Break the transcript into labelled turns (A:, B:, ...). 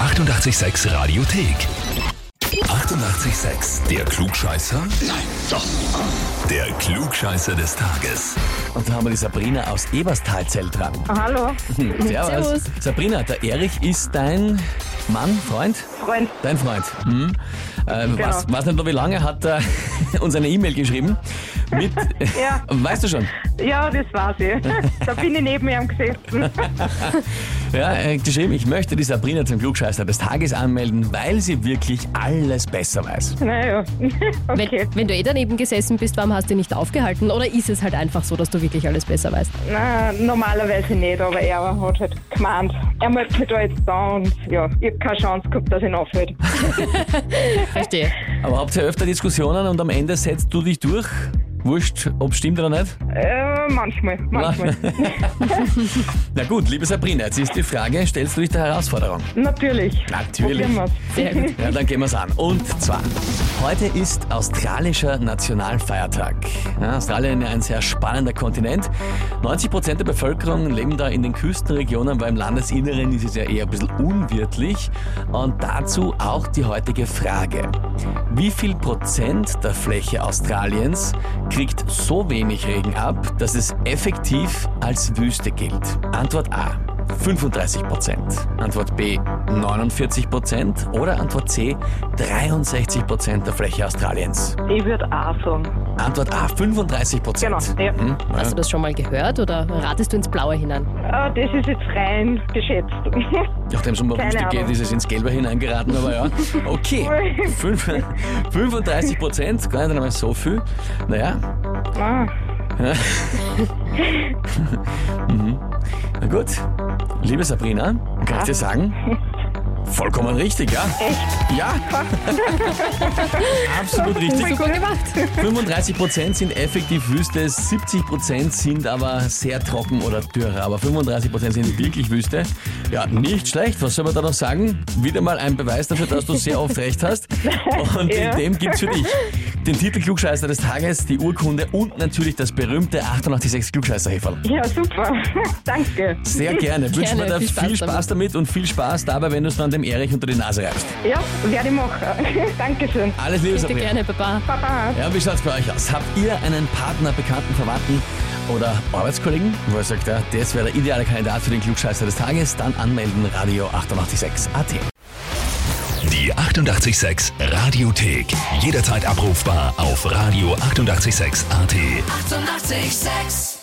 A: 886 Radiothek. 88,6. Der Klugscheißer? Nein, doch. Der Klugscheißer des Tages.
B: Und dann haben wir die Sabrina aus Eberstalzell dran.
C: Hallo,
B: Servus. Sabrina, der Erich ist dein Mann, Freund?
C: Freund.
B: Dein Freund. Hm. Äh,
C: Genau.
B: weiß, weiß nicht noch wie lange hat er uns eine E-Mail geschrieben. Mit,
C: Ja.
B: Weißt du schon?
C: Ja, das war sie. Da bin ich neben ihm gesessen.
B: Ja, er hat geschrieben, ich möchte die Sabrina zum Klugscheißer des Tages anmelden, weil sie wirklich alles besser weiß.
C: Naja,
D: Wenn,
C: okay.
D: wenn du eh daneben gesessen bist, warum hast du nicht aufgehalten? Oder ist es halt einfach so, dass du wirklich alles besser weißt?
C: Na, normalerweise nicht, aber er hat halt gemeint, er meldet mich da jetzt da und ja, ich hab keine Chance gehabt, dass ich ihn aufhört.
D: Verstehe.
B: Aber habt ihr öfter Diskussionen und am Ende setzt du dich durch? Wurscht, ob stimmt oder nicht?
C: Äh, manchmal, manchmal.
B: Na gut, liebe Sabrina, jetzt ist die Frage, stellst du dich der Herausforderung?
C: Natürlich.
B: Natürlich.
C: Probieren wir's.
D: Sehr gut.
B: Ja, dann gehen wir es an. Und zwar, heute ist australischer Nationalfeiertag. Ja, Australien ist ein sehr spannender Kontinent. 90 Prozent der Bevölkerung leben da in den Küstenregionen, weil im Landesinneren ist es ja eher ein bisschen unwirtlich. Und dazu auch die heutige Frage. Wie viel Prozent der Fläche Australiens kriegt so wenig Regen ab, dass es effektiv als Wüste gilt? Antwort A. 35 Prozent. Antwort B 49 Prozent oder Antwort C 63 Prozent der Fläche Australiens.
C: Ich würde auch sagen.
B: Antwort A 35
C: Genau,
B: Prozent.
C: ja.
B: Hm,
D: Hast du das schon mal gehört oder ratest du ins Blaue hinein?
C: Äh, das ist jetzt rein geschätzt.
B: Nachdem es um eine
C: Keine
B: Wüste geht,
C: Ahnung.
B: ist es ins Gelbe hineingeraten, aber ja. Okay, Fünf- 35 Prozent, gar nicht einmal so viel. Naja,
C: ah,
B: na gut. Liebe Sabrina, kann ich dir sagen, vollkommen richtig, ja? Echt? Ja. Absolut richtig.
D: Super gemacht.
B: 35% sind effektiv Wüste, 70% sind aber sehr trocken oder dürre, aber 35% sind wirklich Wüste. Ja, nicht schlecht, was soll man da noch sagen? Wieder mal ein Beweis dafür, dass du sehr oft recht hast. Und
C: Ja.
B: in dem gibt's für dich den Titel Klugscheißer des Tages, die Urkunde und natürlich das berühmte 886 klugscheißer -Häferl.
C: ja, super. Danke.
B: Sehr gerne. Wünschen wir
D: Gerne,
B: dir
D: viel Spaß
B: viel Spaß damit und viel Spaß dabei, wenn du es dann dem Erich unter die Nase reibst.
C: Ja, werde ich machen. Dankeschön.
B: Alles Liebe,
D: Bitte
B: Sabrina.
D: gerne, Papa.
C: Baba.
B: Ja, wie schaut's bei euch aus? Habt ihr einen Partner, Bekannten, Verwandten oder Arbeitskollegen, wo ihr sagt, ja, das wäre der ideale Kandidat für den Klugscheißer des Tages? Dann anmelden, Radio 886 AT.
A: Die 88,6 Radiothek. Jederzeit abrufbar auf radio886.at. 88,6.
E: Eighty-eight, sex.